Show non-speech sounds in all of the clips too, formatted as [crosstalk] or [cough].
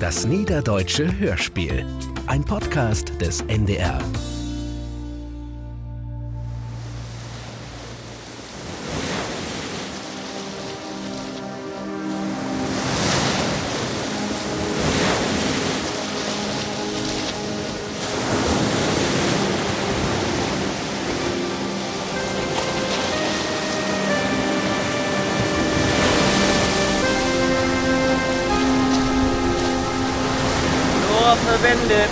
Das Niederdeutsche Hörspiel. Ein Podcast des NDR. Nur offene Wände.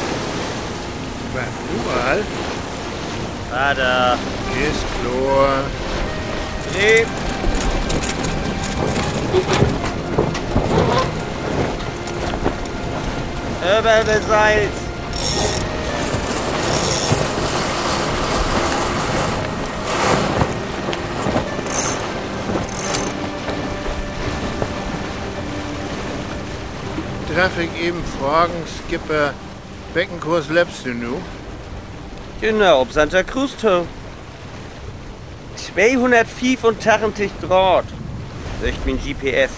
Aber Überall Ah, da. ist Chlor. Nee. Überbesalz. Darf ich eben fragen, Skipper, welchen Kurs lebst du nun? Genau, ob Santa Cruz to. 285 Grad. Sagt mein GPS.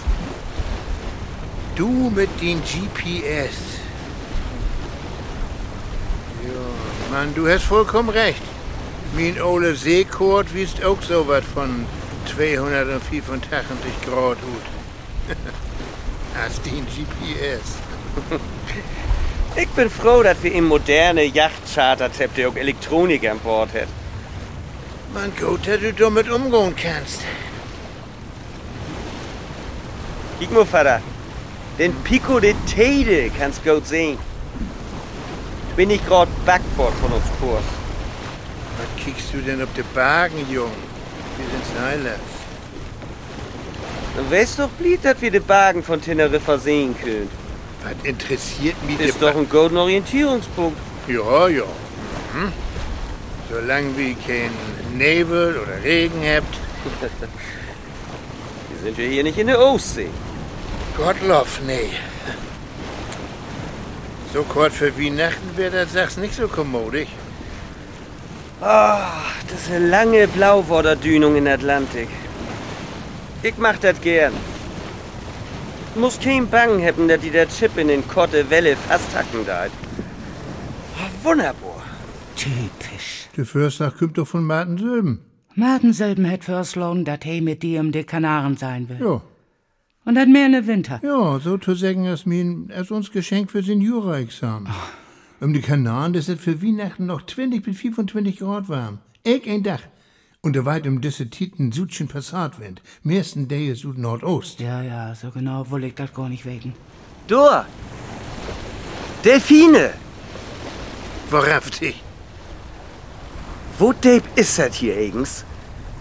Du mit den GPS. Ja, Mann, du hast vollkommen recht. Mein Ole Seekort wiest auch so was von 285 Grad [laughs] Hut. Hast den GPS. Ich bin froh, dass wir im moderne Yachtcharter-Tab, der auch Elektronik an Bord hat. Man, gut, dass du damit umgehen kannst. Guck mal, Vater. Den Pico de Teide kannst du gut sehen. Ich bin nicht gerade Backbord von uns Kurs. Was kickst du denn auf die Bagen, Jung? Wir sind Seilers. Dann wär's doch blieb, dass wir die Bagen von Teneriffa sehen können. Was interessiert mich Ist der doch ein golden Orientierungspunkt. Ba- Ja, ja. Mhm. Solange wie kein Nebel oder Regen habt. wir sind ja hier nicht in der Ostsee. Gottlob, nee. So kurz für Weihnachten wäre das Sachs nicht so kommodig. Ah, das ist eine lange Blauworderdünung in Atlantik. Ich mach das gern. Muss kein Bangen haben, dass die der Chip in den Korte Welle fasthacken da. Ah, wunderbar. Typisch. Der Förstag kommt doch von Martin Sülben. Magenselben hätt Förslon, dat he mit dir um de Kanaren sein will. Ja, Und dann mehr in de Winter. ja, so zu sagen, dass mir als uns Geschenk für Seniorenexamen. Um die Kanaren, das ist für Weihnachten noch 20 bis 25 Grad warm. Eck ein Dach. Und der weit um diese Titen Südchen Passatwind. Mehrsten Day ist Süd Nordost. Ja, ja, so genau woll ich dat gar nicht wegen. Du! Delfine! Wahrhaftig. Wo Dave ist das hier, Egens?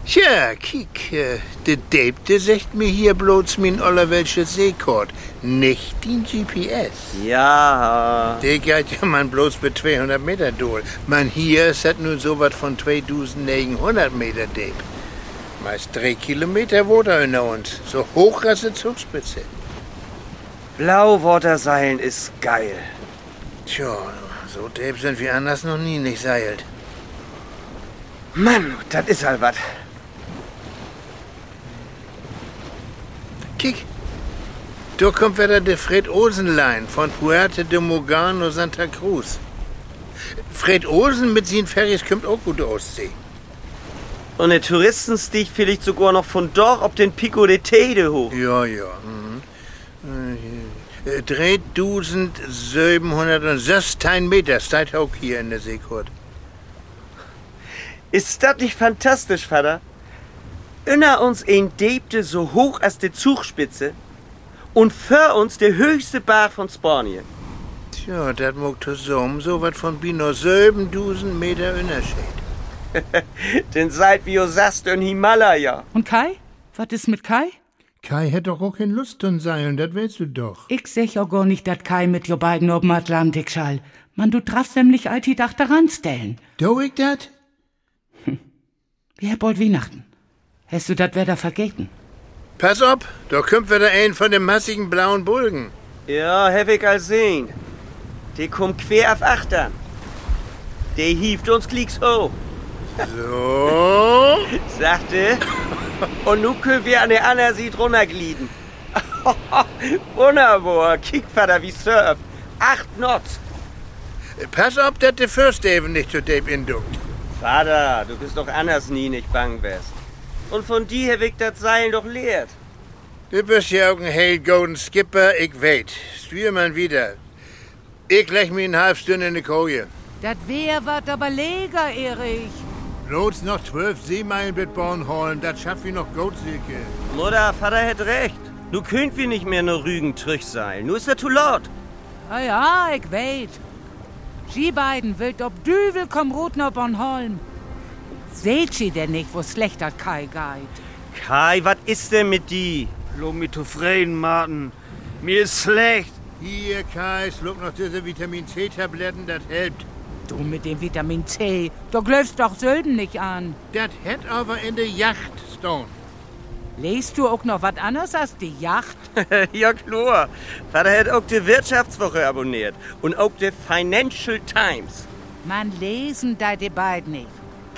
Tja, kick, äh, de Dave, der sagt mir hier bloß min allerwelche Seekord, nicht den GPS. Ja. Der geht ja man bloß mit 200 Meter durch. Man hier ist hat nun so was von 2900 Meter Dave. Meist drei Kilometer wohnt er unter uns, so hoch als die Zugspitze. Blauwasserseilen ist geil. Tja, so Dave sind wir anders noch nie nicht seilt. Mann, das ist halt was. Kick, da kommt wieder der Fred Olsenlein von Puerto de Mogano Santa Cruz. Fred Olsen mit seinen Ferries kommt auch gut aus See. Und der Touristenstich vielleicht sogar noch von dort auf den Pico de Teide hoch. Ja, ja. Mhm. Äh, 3716 Meter, seid auch hier in der Seekurt. Ist das nicht fantastisch, Vater? Inner uns ein Debte so hoch als die Zugspitze und für uns der höchste Bar von Spanien. [laughs] Tja, das mag zusammen so was von Bino 7000 Meter Unterschied. Denn seit wir sagst in Himalaya. Und Kai? Wat is mit Kai? Kai hätte doch auch keine Lust an Seilen, das weißt du doch. Ich sech ja gar nicht, dat Kai mit jo beiden obm Atlantik schall. Man, du traffst nämlich all die Dach daran stellen. Do ich das? Wie hab bald Weihnachten. Hast du dat Wetter vergeten? Pass ob, da kommt wieder ein von dem massigen blauen Bulgen. Ja, hab ich all sehen. Die kommt quer auf Achtern. Die hieft uns Klicks hoch, So. sagte. Und nu können wir an der anderen Seite runterglieden. [laughs] Wunderbar, Kickvater wie surft. Acht Knots. Pass auf, dass der First Dave nicht zu Dave induckt. Vater, du bist doch anders nie nicht bang wärst. Und von die her weg das Seil doch leert. Du bist ja auch ein Hale Golden Skipper, ich weit. Stürmann wieder. Ich lech mir eine halbe Stunde in die Koje. Das wär wat aber leger, Erich. Bloß noch zwölf Seemeilen mit Bornholm, das schafft wir noch gut, Silke. Mutter, Vater hätte recht. Nu könnt wir nicht mehr nur Rügen trüch sein. Nu ist er zu laut. Ah ja, ich weet. Sie beiden wild ob Düvel komm rot nach Bornholm. Seht sie denn nicht, wo schlechter Kai geht? Kai, was ist denn mit die? Lob mich zu freien, Martin. Mir ist schlecht. Hier, Kai, schluck noch diese Vitamin C-Tabletten, das hilft. Du mit dem Vitamin C. Du glöfst doch Sölden nicht an. Das hätt aber in der Yacht, Stone. Lest du auch noch wat anderes als die Yacht? [laughs] ja, klar. Vater hätte auch die Wirtschaftswoche abonniert. Und auch die Financial Times. [laughs] Man lesen da die beiden nicht.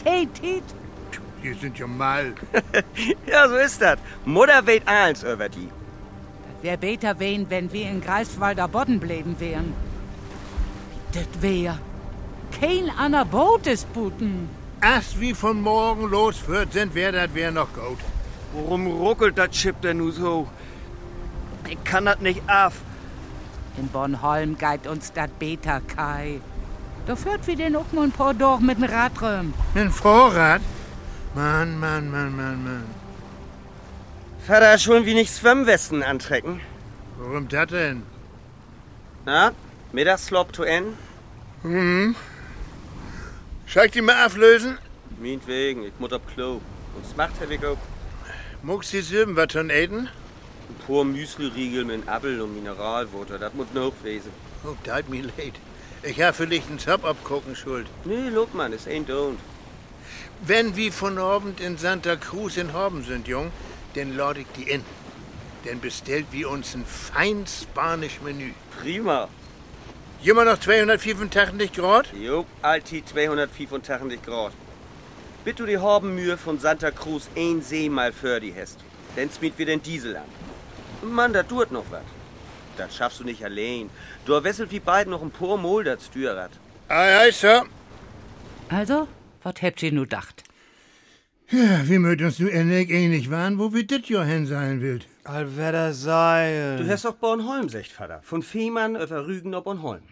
Kate Die sind ja [laughs] mal. ja, so ist das. Mutter weht eins über die. Wer beter wen, wenn wir in Greifswalder Bodden bleiben wären? Das wär. Kein ander Boot ist buten. Erst wie von morgen los wird, sind wir, das wär noch gut. Worum ruckelt das Chip denn nun so? Ich kann das nicht ab. In Bornholm geht uns dat beter Kai. Da führt wir den auch nur ein paar Dorf mit dem Radröm. Ein Vorrat? Mann, Mann, Mann, Mann, Mann. Vater schon wie nicht Swimwesten antrecken. Warum das denn? Na, Mittagsslop to end? Soll ich die mal auflösen? Meinetwegen, ich muss ab Klo. Und macht er auch Mucks die Silben was von Aiden? ein paar Müsliriegel mit Apfel und Mineralwasser. Das muss noch wesen. Oh, teilt mir leid. Ich habe für dich einen Zopf abgucken schuld. Nee, lob man, es ain't don't. Wenn wir von Abend in Santa Cruz in Horben sind, Jung, dann lade ich die in. Dann bestellt wir uns ein fein spanisch Menü. Prima. Immer noch 204 Tagen nicht gerot? Jo, Alti 285 Grad. Bitte du die Horbenmühe von Santa Cruz ein See mal für die hast. Dann smiet wir den Diesel an. Mann, da tut noch was. Das schaffst du nicht allein. Du wesselt wie beiden noch ein paar Mol das Dürrat. Ei, ei, Sir. Also, was habt ihr nu dacht? Ja, wir möchten uns nur endlich ähnlich waren, wo wir dit Jahr hin sein will. Alwetter Seil. Du hörst doch Bornholm, sagt Vater. Von Fehmarn über Rügen auf Bornholm.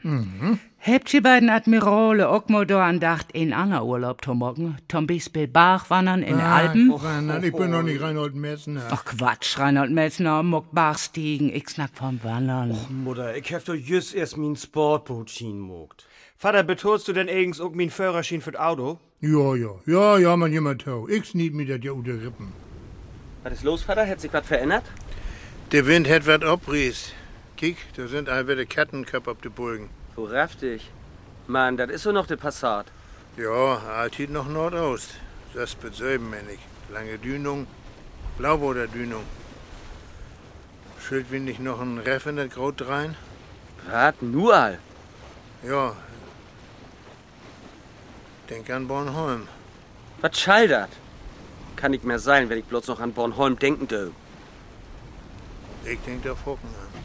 Habt ihr beiden Admirale Ogmodor andacht in Anna Urlaub to morgen? Tom Bispel Bach wandern in den Ah, Alpen? Wandern. Ich bin noch nicht Reinhold Messner. Ach Quatsch, Reinhold Messner, Mock Bach stiegen, ich snack vom Wandern. Mutter, ich hab doch just erst mein Sportboot schien mogt. Vater, betonst du denn irgends irgendwie einen Führerschein für das Auto? Ja, ja, ja, ja, man, jemand tau. Ich schnied mir das ja unter Rippen. Was ist los, Vater? Hat sich was verändert? Der Wind hat was abriest. Kick, da sind allwetter Kattenköpfe auf den Burgen. Wo raff dich? Mann, das ist so noch der Passat. Ja, altit noch Nordost. Das bezöben wir nicht. Lange Dünung, Blauboder Dünung. Schild wir nicht noch ein Reff in das Grot rein? Wart, nur all. Ja. Denk an Bornholm. Was schall dat? Kann nicht mehr sein, wenn ich bloß noch an Bornholm denken dürfe. Ich denk da Focken an.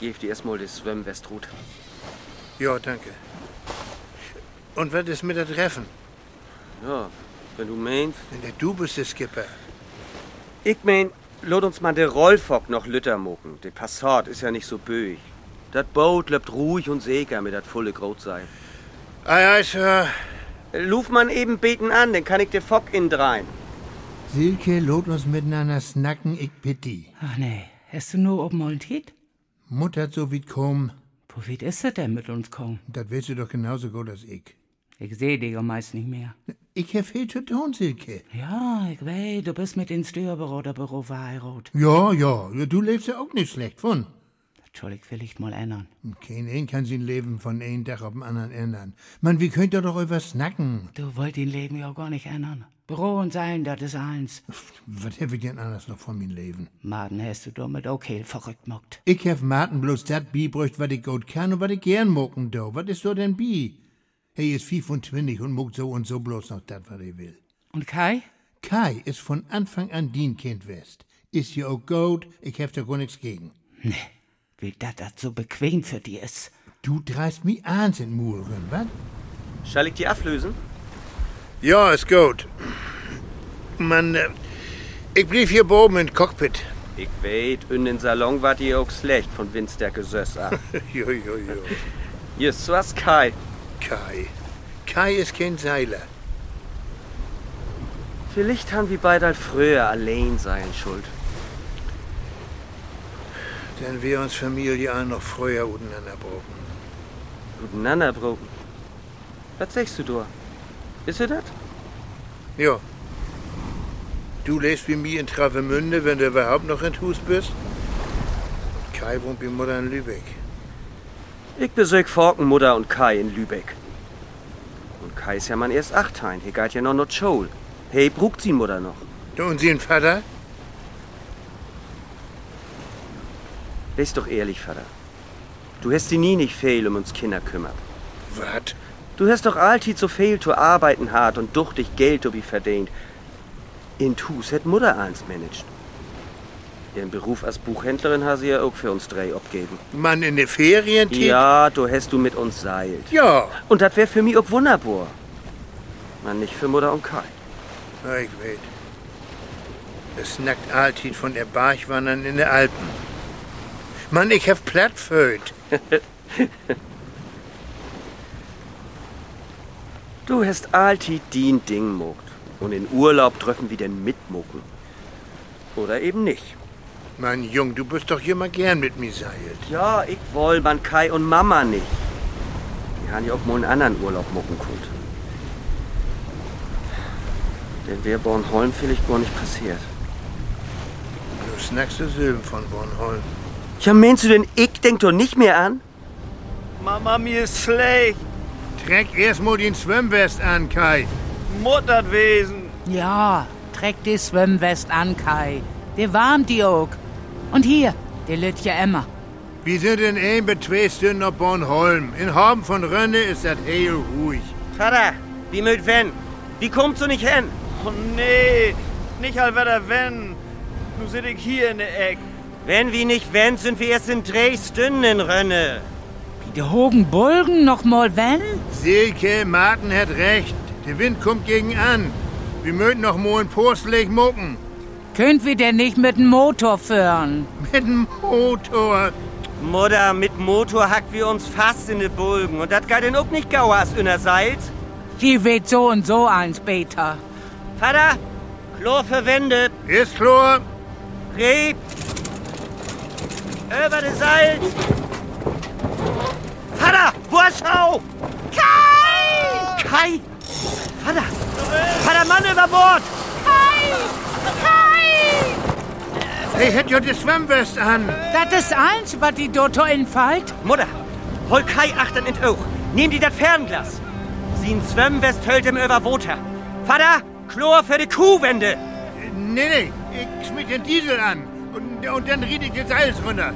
Geh dir erstmal das Swim Westrut. Ja, danke. Und was ist mit das Reffen? Ja, wenn du meinst. Du bist der Skipper. Ich mein, lot uns mal der Rollfock noch Lütter mucken. Der Passat ist ja nicht so böig. Dat Boot läuft ruhig und seger mit dat volle Grotseil. Ei, ei, Sir. Luf man eben beten an, dann kann ich den Fock in drein. Silke, lot uns miteinander snacken, ich bitte. Ach nee, hast du nur oben und hit? Mutter so wie komm, Wo weit ist er denn mit uns kommen? das willst du doch genauso gut als ich. Ich seh dich ja meist nicht mehr. Ich habe viel zu tun, Silke. Ja, ich weiß, du bist mit ins Steuerberaterbüro verheiratet. Ja, ja, du lebst ja auch nicht schlecht von. Entschuldigung, will ich mal ändern. Kein Ein kann sein Leben von einem Tag auf den anderen ändern. Mann, wir könnt ihr doch über snacken. Du wollt den Leben ja gar nicht ändern. Büro und Seilen, das ist eins. Was hab ich denn anders noch von mir Leben? Maden hast du damit auch heel verrückt mockt. Ich hab Martin bloß dat bibröcht, was ich gut kann und was ich gern mocken do. Was ist so denn bi? Hey, ist 25 und muckt so und so bloß noch dat, was er will. Und Kai? Kai ist von Anfang an Dienkind West. Ist ja auch gut, ich hef da gar nix gegen. Wie das so bequem für die ist. Du dreist mich an, sind Muren, was? Schall ich die ablösen? Ja, ist gut. Man, äh, ich blieb hier oben im Cockpit. [laughs] Ich weet, in den Salon wart ihr auch schlecht von Windsterke Sösser. jo, jo, jo. Ihr was Kai. Kai. Kai ist kein Seiler. Vielleicht haben wir beide halt früher allein sein Schuld. Denn wir uns Familie auch noch früher untereinander brauchen. Guteinander, Broken. Was sagst du da? Ist ihr das? Ja. Du lebst wie mir in Travemünde, wenn du überhaupt noch in Hus bist. Kai wohnt bei Mutter in Lübeck. Ich besög Forkenmutter und Kai in Lübeck. Und Kai ist ja man erst achtein. Hier geht ja noch not Schul. Hey, brugt sie Mutter noch. Und sie ein Vater? Bist doch ehrlich, Vater. Du hast sie nie nicht fehl um uns Kinder kümmert. Was? Du hast doch alltid so fehl zu arbeiten hart und duchtig Geld obi verdient. In Tus hätt Mutter eins managt. Ihren Beruf als Buchhändlerin hat sie ja auch für uns drei abgeben. Mann in den Ferien? tät- Ja, du hast du mit uns seilt. Ja. Und das wär für mich auch wunderbar. Man, nicht für Mutter und Kai. Na, ich weiß. Es nackt Altit von der Barchwandern in den Alpen. Mann, ich hab plattfüllt. Du hast alltid dien Ding mogt. Und in Urlaub treffen wir denn mitmucken. Oder eben nicht. Mann, Jung, du bist doch immer gern mit mir seilt. Ja, ich woll, man Kai und Mama nicht. Die haben ja auch mal einen anderen Urlaub mucken kund. Denn wär Bornholm vielleicht gar nicht passiert. Du snackst die Silben von Bornholm. Ja, meinst du denn, ich denk doch nicht mehr an? Mama, mir ist schlecht. Trag erstmal den Schwimmwest an, Kai. Muttert Wesen. Ja, trägt die Schwimmwest an, Kai. Der warmt die auch. Und hier, die Lütje Emma. Wir sind in ein bis zwei Stunden auf Bornholm. In Haben von Rönne ist das heel ruhig. Tada, wie mit wenn? Wie kommst du nicht hin? Oh nee, nicht allwetter wenn. Nun sind ich hier in der Ecke. Wenn wir nicht wenn, sind wir erst in drei Stunden in Rönne. Wie die Hogen bulgen noch mal, wenn? Silke, Martin hat recht. Der Wind kommt gegen an. Wir mögen noch mal in Postleg mucken. Könnt wir denn nicht mit dem Motor fahren? Mit dem Motor. Mutter, mit Motor hackt wir uns fast in die Bulgen. Und das geht denn auch nicht gauer als in Seid. Die weht so und so eins, Peter. Vater, Chlor verwendet. Ist Chlor? Reb. Über das Salz. Vater, Vorschau. Kai! Kai! Vater! Vater, Mann über Bord! Ich hätte ja die Schwimmwest an. Das ist eins, was die Dotto entfällt. Mutter, hol Kai achtern in Auch. Nehm die das Fernglas. Sie in Schwimmwest hölt im Überwoter. Vater, Chlor für die Kuhwände. Nee, nee. Ich schmied den Diesel an. Und, und dann riet ich das Eis runter.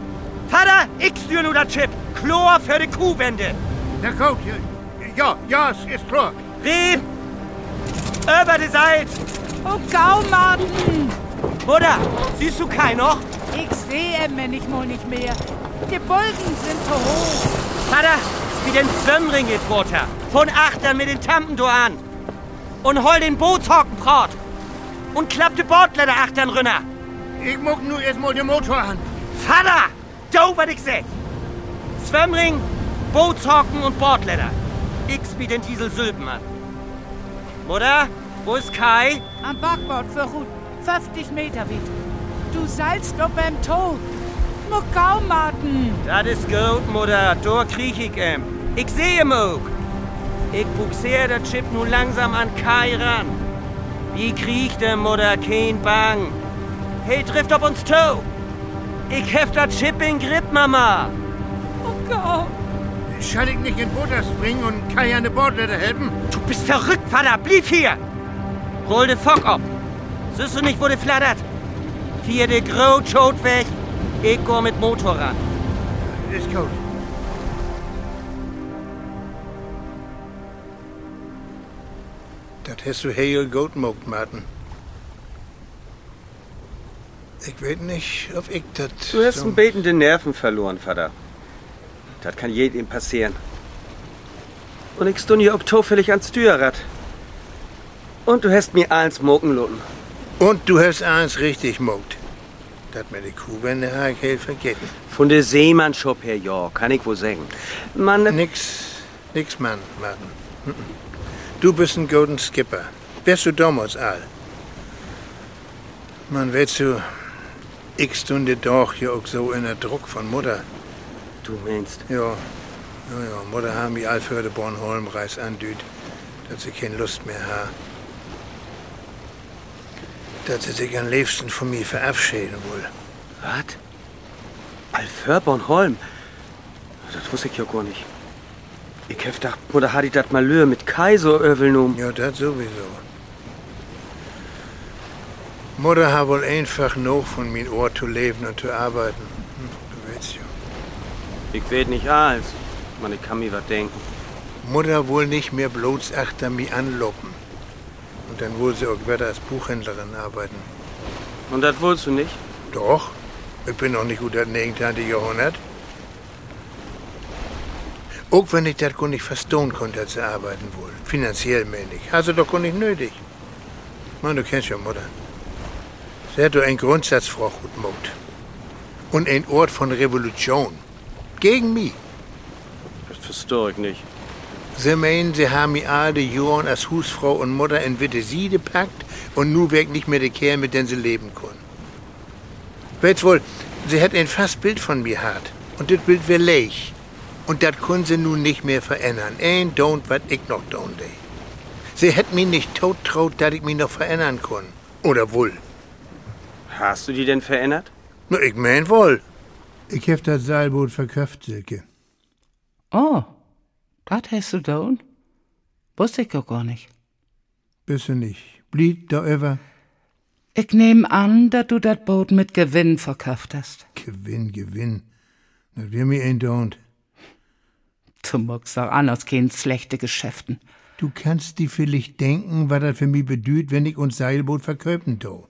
Vater, ich stür nur das Chip. Chlor für die Kuhwände. Na gut. Ja, ja, es ist Chlor. Rieb! Über die Salz! Oh, Gau, Martin. Mutter, siehst du Kai noch? Ich sehe ihn, wenn ich mal nicht mehr. Die Bulgen sind zu hoch. Vater, wie den Schwimmring geht, Walter. Von Achter mit den Tampen du an. Und hol den Bootshocken fort. Und klapp die Bordleder achtern rünner. Ich muck nur erstmal den Motor an. Vater, do, was ich sag. Schwimmring, Bootshocken und Bordleder. Ich spiel den Diesel Sülpen an. Mutter, wo ist Kai? Am Backbord für gut 50 Meter weit. Du seilst doch beim Tod. Nur Gau, Martin. Das ist gut, Mutter. Da krieg ich ihn. Ich sehe ihn auch. Ich buxiere das Chip nun langsam an Kai ran. Wie kriegt der Mutter? Kein Bang. Hey, trifft auf uns zu. Ich heft das Chip in Grip, Mama. Oh, Gau. Schall ich nicht in Butter springen und Kai an der Bordleiter helfen? Du bist verrückt, Vater. Blieb hier. Roll de Fock ab. Siehst du nicht, wo de flattert? Vierte Grotschot weg. Ich geh mit Motor ran. Ist gut. Das hast du Hale Goldmoke, Martin. Ich weiß nicht, ob ich das. Du hast einen betenden Nerven verloren, Vater. Das kann jedem passieren. Und ich stund hier auch zufällig ans Steuerrad. Und du hast mir eins moken lassen. Und du hast eins richtig muckt. Das mit der Kuhwende habe ich helt vergessen. Von der Seemannschaft her, ja, kann ich wohl sagen. Man, Nix, nix, Mann, Martin. Mhm. Du bist ein golden Skipper. Wärst du damals all. Man, weißt du, ich stunde doch hier auch so in der Druck von Mutter. du meinst, Ja, ja, ja, Mutter haben die Alförde Bornholm Reis andüht, dass sie keine Lust mehr ha. Dass sie sich am liebsten von mir verabschieden will. was? Alförborn Holm? Das wusste ich ja gar nicht. Ich hab gedacht, Mutter hat die das mal Lühe mit Kaiserövel nun. Ja, das sowieso. Mutter hat wohl einfach noch von mir Ohr zu leben und zu arbeiten. Hm, du weißt ja. Ich weet nicht alles. Man, ich kann mir was denken. Mutter wohl nicht mehr bloß achter mir anlocken. Und dann wohl sie auch weiter als Buchhändlerin arbeiten. Und das wolltest du nicht? Doch, ich bin noch nicht gut an irgendeinem Jahrhundert. Auch wenn ich das gar nicht verstehen konnte, dass sie arbeiten wollen. Finanziell meine ich. Hast du doch gar nicht nötig. Mann, du kennst ja Mutter. Sie hat doch einen Grundsatz vorgutmuckt. Und einen Ort von Revolution. Gegen mich. Das verstehe ich nicht. Sie meinen, sie haben mir alle Jahren als Husfrau und Mutter in Wittesiede packt und nun weg nicht mehr der Kerl, mit dem sie leben können. Weil's wohl, sie hätt ein fast Bild von mir hat. Und das Bild wär leich. Und das können sie nun nicht mehr verändern. Ein don't, wat ich noch don't, ey. Sie hätt mich nicht tot traut, dass ich mich noch verändern kann. Oder wohl. Hast du die denn verändert? Na, ich mein wohl. Ich hab das Seilboot verköpft, Silke. Oh, das hast du da Wusste ich ja gar nicht. Bisse nicht. Blieb da ever. Ich nehme an, dass du das Boot mit Gewinn verkauft hast. Gewinn, Gewinn. Das wär mir ein don't. Du magst auch anders gehen, schlechte Geschäften. Du kannst dir vielleicht denken, was das für mich bedüht, wenn ich uns Seilboot verköpen do.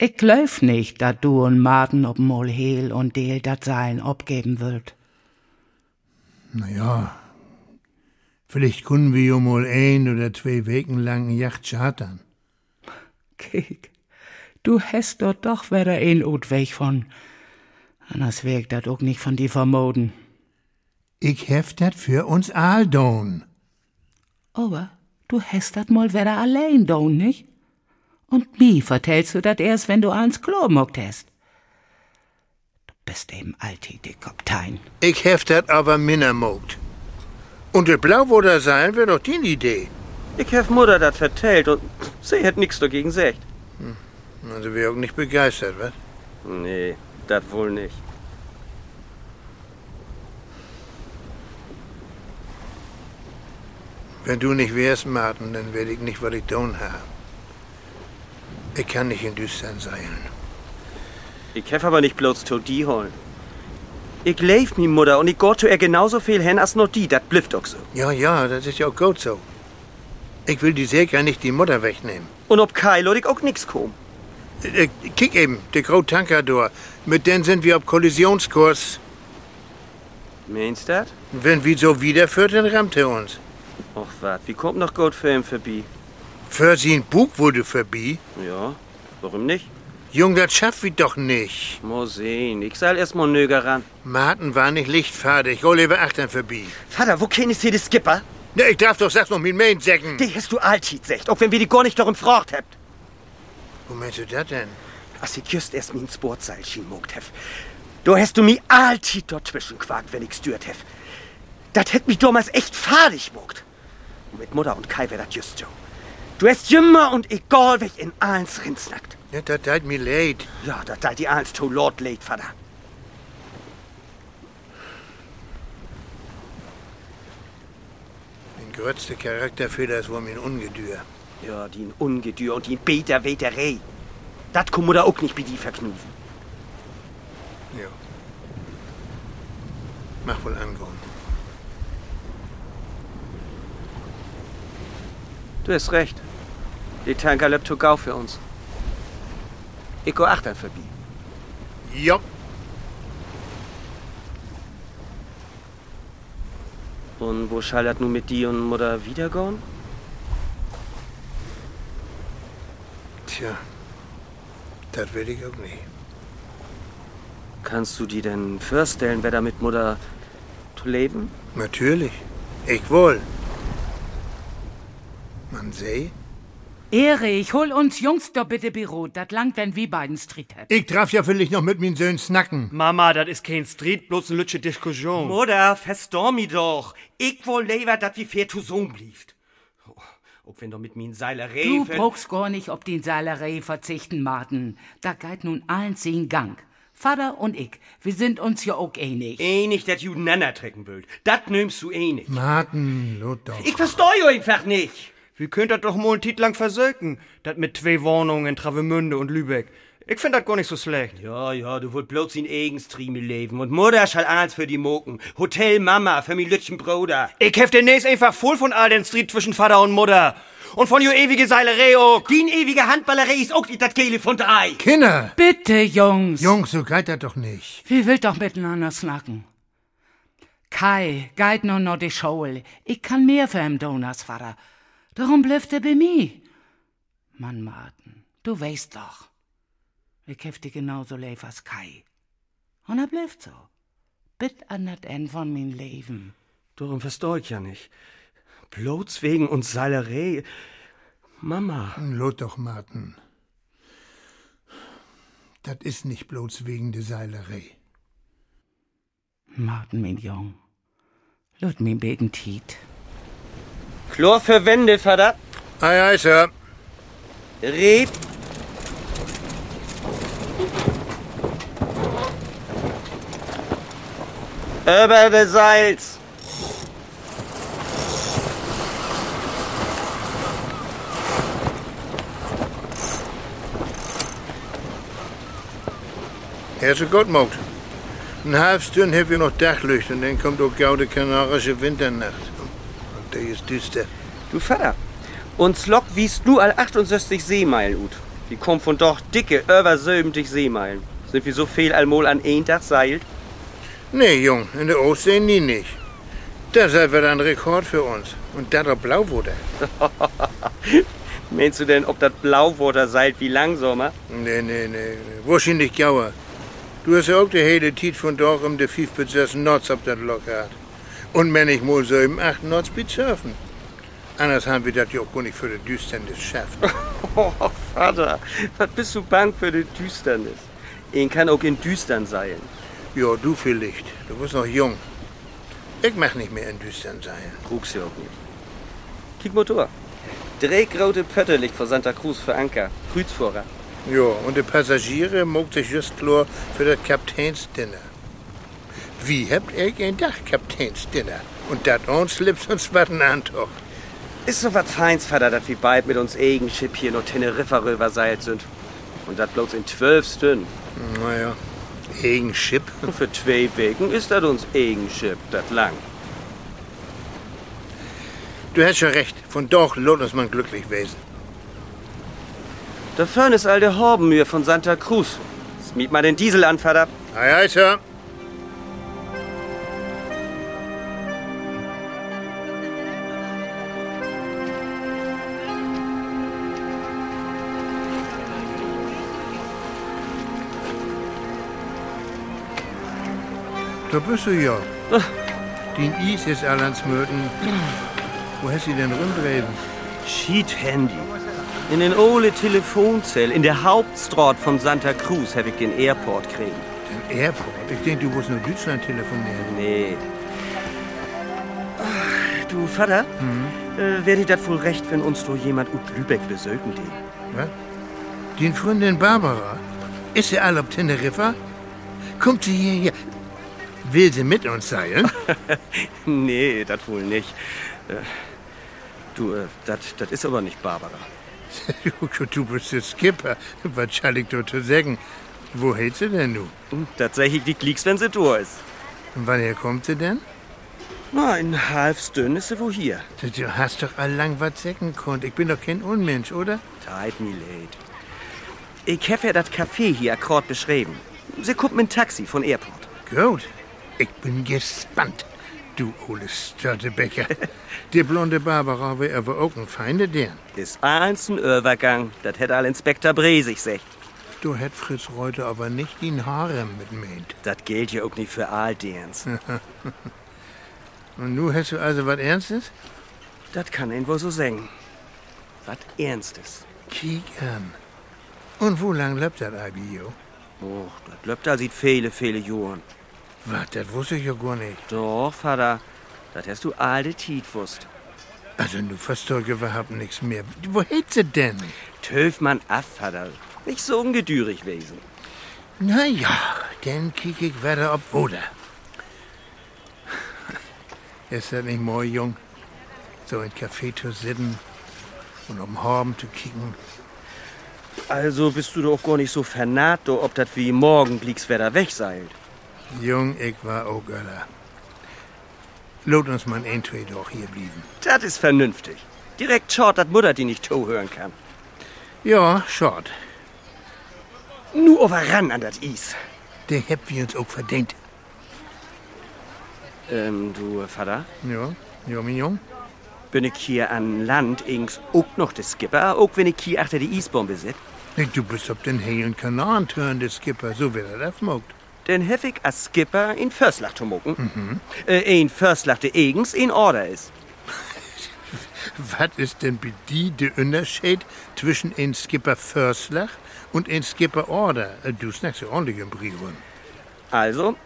Ich glaub nicht, dass du und Martin ob Mol Hehl und Deel dat Seilen abgeben würd. Naja, vielleicht können wir ja mal ein oder zwei Wegen lang Yacht chartern. Kick, du hast dort doch wieder ein Utweg von. Anders wirkt dat auch nicht von dir vermoden. Ich heft dat für uns Aldon. Aber du hast dat mal wieder allein, do nicht? Und mir vertellst du dat erst, wenn du ans Klo mockt hast. Du bist eben alti Dickoptein. Ich heft dat aber minnermogt. Und der Blauwurder sein wär doch die Idee. Ich hab Mutter das vertellt und [laughs] sie hat nix dagegen gesagt. Also wär auch nicht begeistert, was? Nee, das wohl nicht. Wenn du nicht wärst, Martin, dann wär ich nicht, was ich tun hab. Ich kann nicht in Düstern seilen. Ich hab aber nicht bloß zu die holen. Ich leif mi Mutter und ich gott zu er genauso viel hin als nur die, das blifft auch so. Ja, ja, das ist ja auch gut so. Ich will die Säge nicht die Mutter wegnehmen. Und ob Kai lot ich auch nix kom. Äh, kick eben, der Grau Tankador. Mit denen sind wir auf Kollisionskurs. Meinst dat? Wenn wir so wiederführt, dann rammt er uns. Och wat, wie kommt noch gut für ihn vorbei? Für sie ein Bug wurde vorbei. Ja, warum nicht? Jung, das schafft wir doch nicht. Mo sehen, ich sall erst mal nöger ran. Martin War nicht lichtfadig. Oliver Achtern vorbei. Vater, wo kennst du den Skipper? Ne, ich darf doch sag noch mit Main säcken. Die hast du altit secht, auch wenn wir die gar nicht darum fragt habt. Wo meinst du das denn? Als ich just erst mein Sportseil schimogt hef, da hast du mich altit dazwischen quakt, wenn ich stört hef. Das hätt mich damals echt fadig mogt. Und mit Mutter und Kai wär das just so. Du hast immer und egal, welch in allen's rinsnackt. Ja, das tat mir leid. Ja, das sei die allen's to Lord late, Vater. Mein größter Charakterfehler ist wohl mein Ungedür. Ja, die Ungedür und die Beter Weterei. Dat kann Mutter auch nicht bei die verknufen. Ja. Mach wohl angehauen. Du hast recht. Die Tanker lebt to gau für uns. Ich go achter verbi. Jopp. Und wo schallert nun mit die und Mutter wiedergorn? Tja, das will ich auch nicht. Kannst du dir denn vorstellen, wer da mit Mutter zu leben? Natürlich. Ich wohl. Man seh. Erich, hol uns Jungs doch bitte Büro. Das langt, wenn wir beiden Street hat. Ich traf ja vielleicht noch mit meinen Söhnen snacken. Mama, das ist kein Street, bloß eine lütsche Diskussion. Mutter, verstor mi doch. Ich wohl leber, dat wie fair zu Sohn blieft. Oh, Ob wenn doch mit min Seiler Du refen. brauchst gar nicht auf den Salerei verzichten, Martin. Da geht nun allen zehn Gang. Vater und ich, wir sind uns ja auch ähnlich. Einig, eh dat Juden nanner trecken willt. Dat nimmst du eh nicht. Martin, Lot doch. Ich verstor jo einfach nicht. Wie könnt das doch mal einen Titel lang versöken? Das mit zwei Warnungen, Travemünde und Lübeck. Ich find das gar nicht so schlecht. Ja, ja, du wollt bloß in egen Strieme leben. Und Mutter schall alles für die Moken. Hotel Mama, für mi lütschen Bruder. Ich hef demnächst einfach voll von all den Street zwischen Vater und Mutter. Und von jo ewige Seilerei auch. Dien ewige Handballerei ist auch nicht dat Kehle von der Ei. Kinder! Bitte, Jungs. Jungs, so geht das doch nicht. Wir will doch miteinander snacken. Kai, geit nur noch die Schule. Ich kann mehr für im Donuts, Vater. Darum bleibt er bei mir. Mann, Martin, du weißt doch. Ich hef dich genauso lieb als Kai. Und er bleibt so. Bit an das Ende von mein Leben. Darum verstor ich ja nicht. Bloß wegen uns Seilerei. Mama. Lot doch, Martin. Das ist nicht bloß wegen der Seilerei. Martin, mein Jung. Lüt mein beten Tiet. Chlor für Wände, Vater. Ei, ei, Sir. Red. Über des Seils. Er ist gut, Maut. Ein halbes Stunde haben wir noch Dachlicht und dann kommt auch gaude kanarische Winternacht. Und der ist düster. Du Vater. Uns Lok wiest nur all 68 Seemeilen ut. Die kommt von doch dicke, über 70 Seemeilen. Sind wir so viel allmol an ein Tag seilt? Nee, Jung, in der Ostsee nie nicht. Das ist wieder ein Rekord für uns. Und da doch blau wurde. Meinst du denn, ob das Blauwurder seilt wie langsamer? [laughs] Nee, nee, nee, nee. Wahrscheinlich gauer. Du hast ja auch die hele Tiet von doch um der fief Bezirks Notz ab das Lok hat. Und wenn ich mal so im 8 Notz surfen. Anders haben wir das ja auch gar nicht für die Düsternis geschafft. Oh, Vater, was bist du bang für die Düsternis? Ihn kann auch in Düstern seilen. ja, du vielleicht. Du bist noch jung. Ich mach nicht mehr in Düstern sein. Krug's ja auch nicht. Kick Motor. Dreckrote Pötte liegt vor Santa Cruz für Anker. Krüzvorer. Ja, und die Passagiere mogt sich just klar für das Kapitänsdinner. Wie habt ihr ein Dach, Kapitänsdinner? Und dat uns Slips und Spatten antoch. Ist so was Feins, Vater, dass wir bald mit uns eigen Schiff hier nur Teneriffa rüber seilt sind. Und das bloß in zwölf Stunden. Naja, eigen Schip. Und für zwei Wegen ist das uns eigen Schiff, das lang. Du hast schon recht, von doch lohnt uns man glücklich wesen. Da vorne ist all der Horbenmühe von Santa Cruz. Jetzt miet mal den Diesel an, Vater. Ei, ei, Sir. Da bist du ja. Den Is ist Alans Möten. Wo hast du denn rumdrehen? Sheet Handy. In den ole Telefonzell, in der Hauptstraat von Santa Cruz, habe ich den Airport kriegen. Den Airport. Ich denke, du musst nur Deutschland telefonieren. Nee. Ach, Du, Vater, äh, wär dir das wohl recht, wenn uns doch jemand ut Lübeck besögen die? Was? Den Freundin Barbara. Ist sie all auf Teneriffa? Kommt sie hierher? Will sie mit uns seilen? [laughs] Nee, das wohl nicht. Äh, Du, äh, das ist aber nicht Barbara. du, du bist der Skipper. Was soll ich dir zu sagen? Wo hält sie denn du? Hm? Tatsächlich, die klickst, wenn sie durch ist. Und wann kommt sie denn? Nein, halb Stünn ist sie wohl hier. Du, du hast doch allang was säcken können. Ich bin doch kein Unmensch, oder? Zeit, me late. Ich habe ja das Café hier akkord beschrieben. Sie kommt mit dem Taxi von Airport. Gut, ich bin gespannt, du Ole Störtebäcker. Die blonde Barbara wäre aber auch ein feiner Dern. Ist eins ein Übergang. Das hätte all Inspektor Bresig gesagt. Du hätt Fritz Reuter aber nicht den Harem mit meint. Das gilt ja auch nicht für all derens. Und nu hast du also was Ernstes? Das kann ihn wohl so singen. Was Ernstes. Kiek an. Und wo lang lebt das IBO? Och, das löbt all sieht viele, viele Joren. Was, das wusste ich ja gar nicht. Doch, Vater, das hast du all de Tiet wusst. Also du verstolke überhaupt nichts mehr. Wo hätt sie denn? Töf man af, Vater. Nicht so ungedürig wesen. Na ja, dann kiek ich weiter ob oder. [laughs] Ist das nicht mooi, Jung? So in Café zu sitzen und um Horben zu kicken. Also bist du doch gar nicht so vernato, ob das wie morgen Gliekswerder wegseilt. Jung, ich war auch Göller. Lot uns mal ein, zwei doch hier blieben. Das ist vernünftig. Direkt short, dat Mutter die nicht to hören kann. Ja, schade. Nu over ran an dat Eis. Der hätt wir uns auch verdient. Ähm, du, Vater, Ja, ja, mein Jung. bin ich hier an Land ings ook noch de Skipper, ook wenn ich hier achter die Eisbombe sit. Nee, Du bist ob den hellen Kanaren törende Skipper, so wird er erfmogt. Den heffig als Skipper in Förslach zu mucken. Äh, in Förslach de Egens in Order ist. Was ist denn bei die der Unterschied zwischen ein Skipper Förslach und ein Skipper Order? Äh, Du snackst ja ordentlich im Briefen. Also,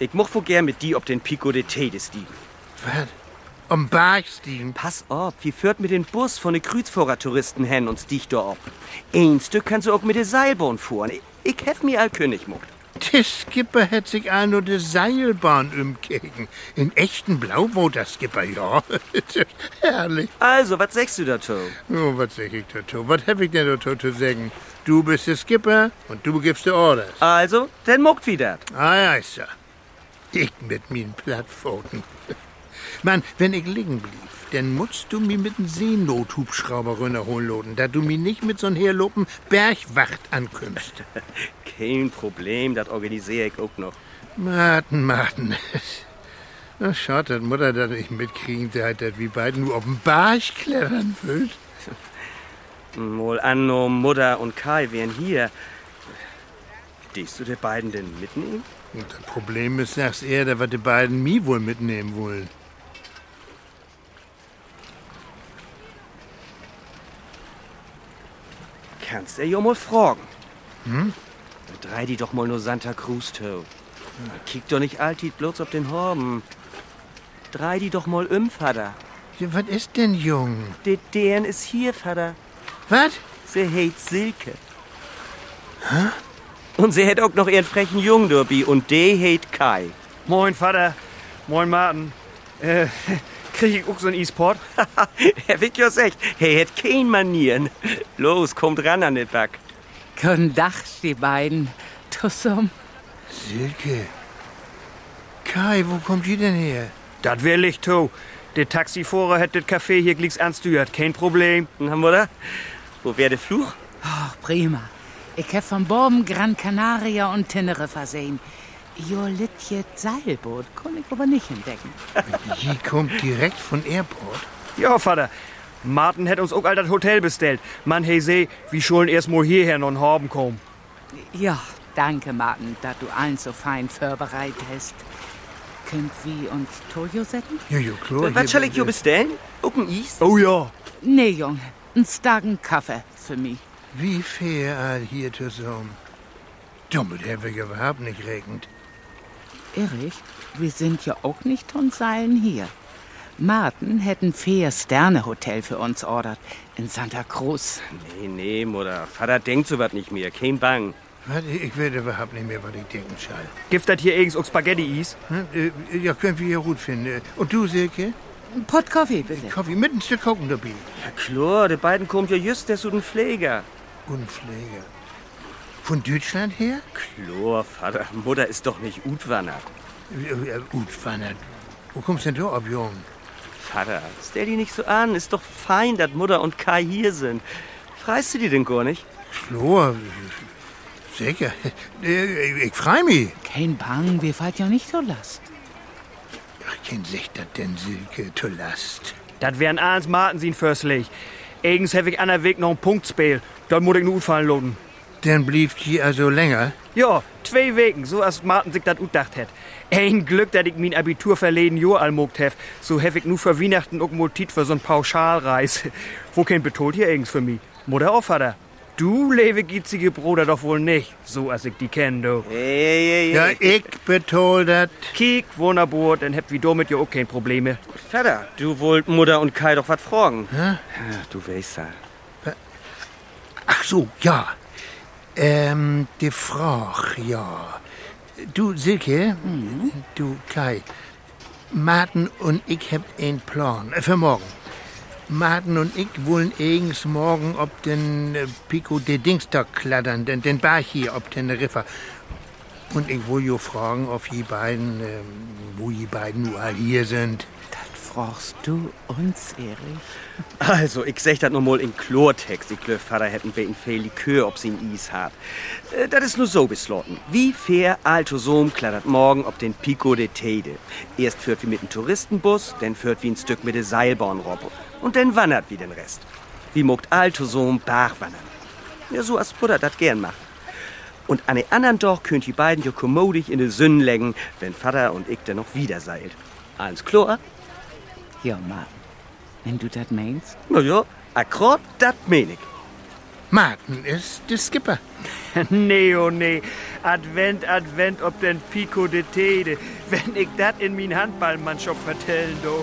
ich moch wohl gern mit die ob den Pico de Tee des Dieben. Was? Um Barkstein? Pass auf, wie führt mit den Bus von den Kreuzfahrer Touristen hen und dich da ab. Ein Stück kannst du auch mit der Seilbahn fahren. Ich, ich hef mir all König muckt. Der Skipper hätt sich auch nur die Seilbahn umkegen. In echten Blauwoter Skipper, ja. [laughs] Herrlich. Also, was sagst du dazu? Oh, was sag ich dazu? Was hab ich denn dazu zu sagen? Du bist der Skipper und du gibst die Orders. Also, dann muckt wieder. Ah ja, Sir. Ich mit meinen Plattpfoten. [laughs] Mann, wenn ich liegen blieb, dann musst du mir mit einem Seenothubschrauber runterholen, Loden, da du mir nicht mit so einem herlopen Bergwacht ankommst. Kein Problem, das organisiere ich auch noch. Martin, Martin. [laughs] Na, schaut, dass Mutter das nicht mitkriegen, der hat das wie beiden nur auf den Barsch klettern will. Hm, Wohl Anno, Mutter und Kai wären hier. Diest du die beiden denn mitnehmen? Und das Problem ist, sagst er, da wird die beiden mir wohl mitnehmen wollen. Kannst du ja mal fragen. Hm? Drei die doch mal nur Santa Cruz to. Kick doch nicht altit bloß auf den Horben. Drei die doch mal im, Vater. Ja, was ist denn, Jung? De deren ist hier, Vater. Was? Sie hält Silke. Hä? Und sie hätt auch noch ihren frechen Jungen, Derby. Und de hält Kai. [laughs] Moin, Vater. Moin, Martin. Äh, [laughs] krieg ich auch so einen E-Sport? Herr Vickers echt, er hat kein Manieren. Los, kommt ran an den Back. Guten Dach, die beiden. Zusammen. Silke. Kai, wo kommt die denn her? Das will ich, to. Der Taxifahrer hat das Café hier glicks ansteuert. Kein Problem. Na, Mutter, wo wär der Fluch? Ach, Oh, prima. Ich hab von Borben Gran Canaria und Teneriffa sehen. Ihr Littjet Seilboot konnte ich aber nicht entdecken. Die kommt direkt von Airport. Ja, Vater. Martin hat uns auch all das Hotel bestellt. Mann, hey, seh, wir schulden erst mal hierher noch einen Horben kommen. Ja, danke, Martin, dass du allen so fein vorbereitet hast. Könnt wir uns Tojo setzen? Ja, ja, klar. Was soll ich Oh, Äh, hier hier bestellen? Auch ein Eis? Oh ja. Nee, Junge, einen starken Kaffee für mich. Wie fair all hier zusammen. Damit haben wir überhaupt nicht regend. Erich, wir sind ja auch nicht von Seilen hier. Martin hätte ein Vier-Sterne-Hotel für uns ordert in Santa Cruz. Nee, nee, Mutter. Vater denkt sowas nicht mehr. Kein Bang. Was? Ich werde überhaupt nicht mehr, was ich denken soll. Gibt das hier irgends auch Spaghetti-Eis? Hm? Äh, Ja, können wir ja gut finden. Und du, Silke? Ein Pott Kaffee, bitte. Kaffee, mit ein Stück gucken dabei. Ja, klar, die beiden kommt ja just der zu den Pfleger. Und Pflege. Von Deutschland her? Klar, Vater, Mutter ist doch nicht Utwanner. Äh, äh, Gut, Fanat. Wo kommst denn du ab, Jung? Vater, stell die nicht so an. Ist doch fein, dass Mutter und Kai hier sind. Freist du die denn gar nicht? Flor, sicher. Äh, Ich freu mich. Kein Bang, wir fahren ja nicht so last. Ach, kein sich das denn, Silke, zur Last. Das wären Arns Marten sin förstlich. Egens hab ich an der Weg noch ein Punktspiel. Dort muss ich nur fallen loden. Dann blieb hier also länger. Ja, zwei Wegen, so als Martin sich das utdacht hätt. Ein Glück, dass ich mein Abitur verleden Jahr almogt hef. So hef ich nur für Weihnachten auch mal Tit für so'n Pauschalreis. [laughs] Wo kein betont hier Egens für mich? Mutter auf hat er. Du, lewe gitzige Bruder, doch wohl nicht. So, als ich die kenn, du. Ey, ey, Ja, ey. ich betol das. Kiek, wunderbar, dann hab wie du mit dir auch kein Probleme. Vater, du wollt Mutter und Kai doch was fragen. Hä? Ach, du weißt ja. Ach so, ja. Ähm, die Frage, ja. Du, Silke, du, Kai, Martin und ich hab einen Plan äh, für morgen. Martin und ich wollen eigens morgen ob den äh, Pico de Dingstock kladdern, den, den Bach hier ob den Riffer. Und ich will jo fragen, ob die beiden, ähm, wo die beiden nur all hier sind. Das fragst du uns, Erich. Also, ich sag das nur mal in Klortext. Ich glaub, Vater hätten beten viel Likör, ob sie ihn Is hat. Äh, Das ist nur so beslotten. Wie fair Altosom klattert morgen ob den Pico de Tede. Erst führt wie mit dem Touristenbus, dann führt wie ein Stück mit der Seilbahnrobbe. Und dann wandert wie den Rest. Wie mogt Altosom Bach wandern. Ja, so als Bruder das gern macht. Und an den anderen doch könnt die beiden jo kommodig in de Sünden legen, wenn Vater und ich dann noch wieder seilt. Alles klar? Ja, Martin, wenn du das meinst. Na ja, akkurat dat mein ich. Martin ist der Skipper. [laughs] Nee, oh nee. Advent, Advent, ob denn Pico de Tede. Wenn ich das in min Handballmannschaft vertellen, do.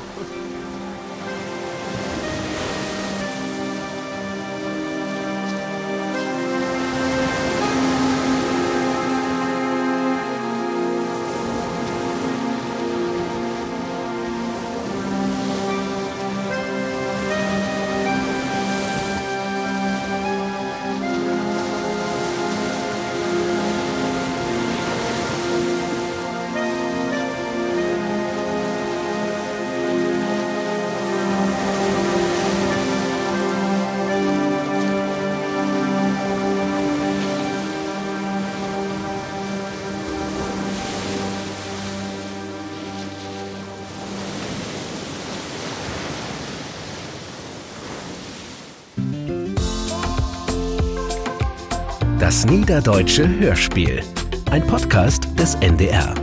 Das niederdeutsche Hörspiel. Ein Podcast des NDR.